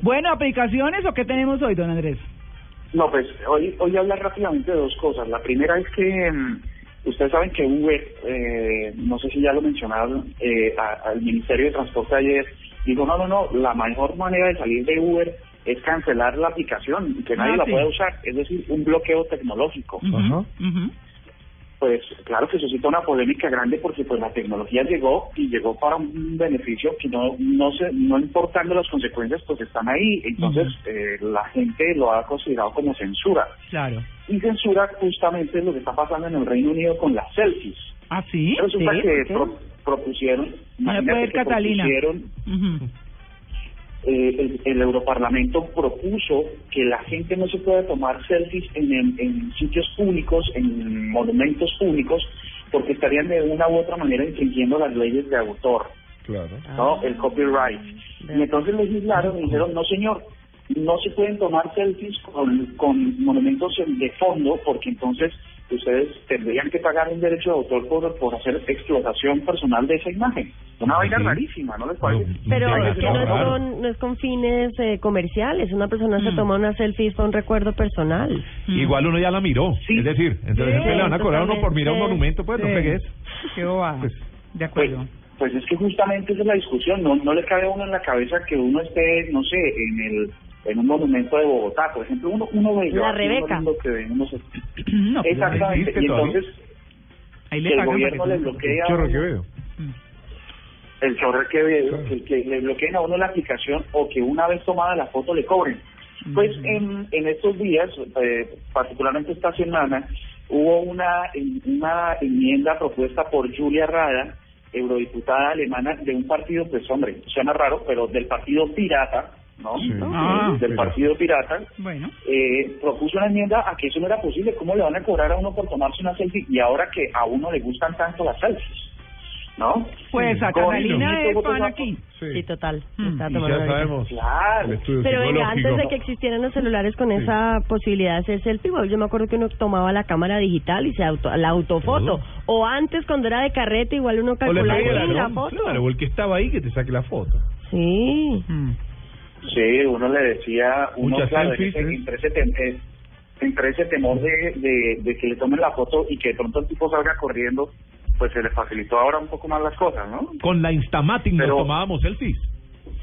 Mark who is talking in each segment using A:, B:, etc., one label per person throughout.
A: Bueno, aplicaciones o qué tenemos hoy, don Andrés?
B: No, pues hoy hoy hablar rápidamente de dos cosas. La primera es que mm, ustedes saben que Uber, eh, no sé si ya lo mencionaron, eh, a- al Ministerio de Transporte ayer dijo, no, no, no, la mejor manera de salir de Uber es cancelar la aplicación y que nadie
A: Ah,
B: la
A: sí. Mm.
B: pueda usar, es decir, un bloqueo tecnológico.
A: Ujú,
B: Pues claro que suscita una polémica grande porque pues la tecnología llegó y llegó para un beneficio que no no se, no importando las consecuencias pues están ahí. Entonces eh, la gente lo ha considerado como censura.
A: Claro.
B: Y censura justamente lo que está pasando en el Reino Unido con las selfies.
A: ¿Ah, sí?
B: Resulta
A: Sí,
B: que
A: ¿por qué?
B: pro- propusieron,
A: No
B: imagínate
A: puede ir
B: que
A: Catalina.
B: propusieron
A: Ujú.
B: eh, el, el Europarlamento propuso que la gente no se puede tomar selfies en, en- en sitios públicos, en monumentos públicos, porque estarían de una u otra manera infringiendo las leyes de autor,
C: Claro.
A: Ah.
B: ¿no? el copyright.
D: de-
B: Y entonces legislaron y dijeron, no señor, no se pueden tomar selfies con, con monumentos en- de fondo, porque entonces ustedes tendrían que pagar un derecho de autor por, por hacer explotación personal de esa imagen. Una vaina
C: Ujú.
B: rarísima, ¿no les parece? Pues,
C: No,
D: Pero
C: Venga,
D: es que no es
C: claro.
D: con, no es con fines eh, comerciales. Una persona se
A: Mm.
D: toma una selfie para un recuerdo personal.
C: Mm. Igual uno ya la miró.
B: Sí.
C: Es decir, entonces
D: Sí,
C: ¿qué le van a cobrar a uno por mirar un
D: totalmente.
C: monumento, pues no
A: Sí.
C: pegues.
A: Qué bobada.
C: Pues,
A: de
B: Pues,
A: acuerdo.
B: pues es que justamente esa es la discusión, no, no le cabe a uno en la cabeza que uno esté, no sé, en el en un monumento de Bogotá, por ejemplo, uno, uno ve yo
D: La
B: aquí
D: Rebeca.
B: uno que ve, no sé.
A: No, pues,
B: Exactamente,
C: existe
B: y
C: todavía.
B: entonces
A: ahí
B: que el
A: pagan para
B: gobierno
A: que
B: le
A: tú-
B: bloquea
C: Chorro que veo.
A: Mm.
B: el chorro que, ve-
C: Claro.
B: que, que le bloqueen a uno la aplicación o que una vez tomada la foto le cobren. Pues
A: Ujú.
B: en, en estos días, eh, particularmente esta semana, hubo una, una enmienda propuesta por Julia Rada, eurodiputada alemana de un partido, pues hombre, suena raro, pero del partido pirata, ¿no? Eh,
C: Sí.
A: Ah,
B: del
C: mira.
B: partido pirata,
A: Bueno.
B: eh, propuso una enmienda a que eso no era posible. ¿Cómo le van a cobrar a uno por tomarse una selfie? Y ahora que a uno le gustan tanto las selfies, ¿no?
A: Pues a
B: Con
A: Catalina
B: infinito
A: es
B: votos
A: fan
B: a-
A: aquí.
D: Sí, total.
A: Mm.
D: está
C: Y
D: tomando
C: ya
D: ahorita.
C: sabemos.
B: Claro.
C: el estudio
D: Pero venga, antes de
C: psicológico.
D: que existieran los celulares con
C: Sí.
D: esa posibilidad de hacer selfie, igual yo me acuerdo que uno tomaba la cámara digital y se auto, la autofoto.
C: Claro.
D: O antes, cuando era de carrete, igual uno
C: Oh. O le
D: calculaba
C: pegue
D: "Uy,
C: el
D: la
C: ladrón,
D: foto.
C: Claro, o el que estaba ahí que te saque la foto.
D: Sí.
A: Mm.
B: Sí, uno le decía, uno
C: Muchas
B: claro,
C: selfies,
B: ese-
C: ¿eh?
B: entre, ese tem- eh, entre ese temor de, de, de que le tomen la foto y que de pronto el tipo salga corriendo, pues se le facilitó ahora un poco más las cosas, ¿no?
C: Con la Instamatic
B: Pero-
C: nos tomábamos selfies.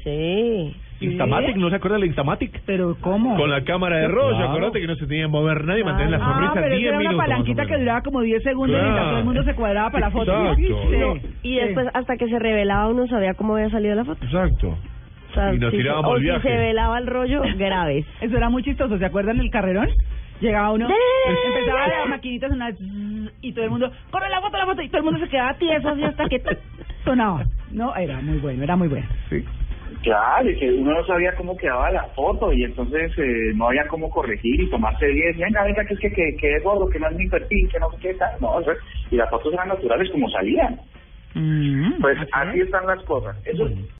D: Sí.
C: Instamatic, ¿no se acuerda de la Instamatic?
A: Pero ¿cómo?
C: Con la cámara de rollo, Claro. acuérdate que no se tenía que mover nadie,
D: Claro.
C: mantener la
A: Ah,
C: sonrisa
A: pero
C: 10
A: esa era una
C: minutos. más o
A: palanquita que
C: menos.
A: duraba como 10 segundos
C: Claro.
A: mientras todo el mundo se cuadraba para la foto.
C: Exacto.
A: Sí, sí.
D: Y después, hasta que se revelaba, uno sabía cómo había salido la foto.
C: Exacto.
D: O sea,
C: Y nos
D: si se-
C: tirábamos
D: o
C: al
D: si
C: viaje.
D: se velaba el rollo, graves.
A: Eso era muy chistoso. ¿Se acuerdan del carrerón? Llegaba uno,
D: Sí.
A: empezaba las maquinitas una zzz, y todo el mundo, corre la foto, la foto, y todo el mundo se quedaba tieso así hasta que tic, sonaba. No, era muy bueno, era muy bueno.
C: Sí.
B: Claro, y que uno no sabía cómo quedaba la foto y entonces eh, no había cómo corregir y tomarse 10. Venga, venga, que es que, que, que es gordo, que no es mi perfil, que no sé qué tal. No, eso es-
A: Pues
B: y las fotos eran naturales como salían. Pues así están las cosas. Eso es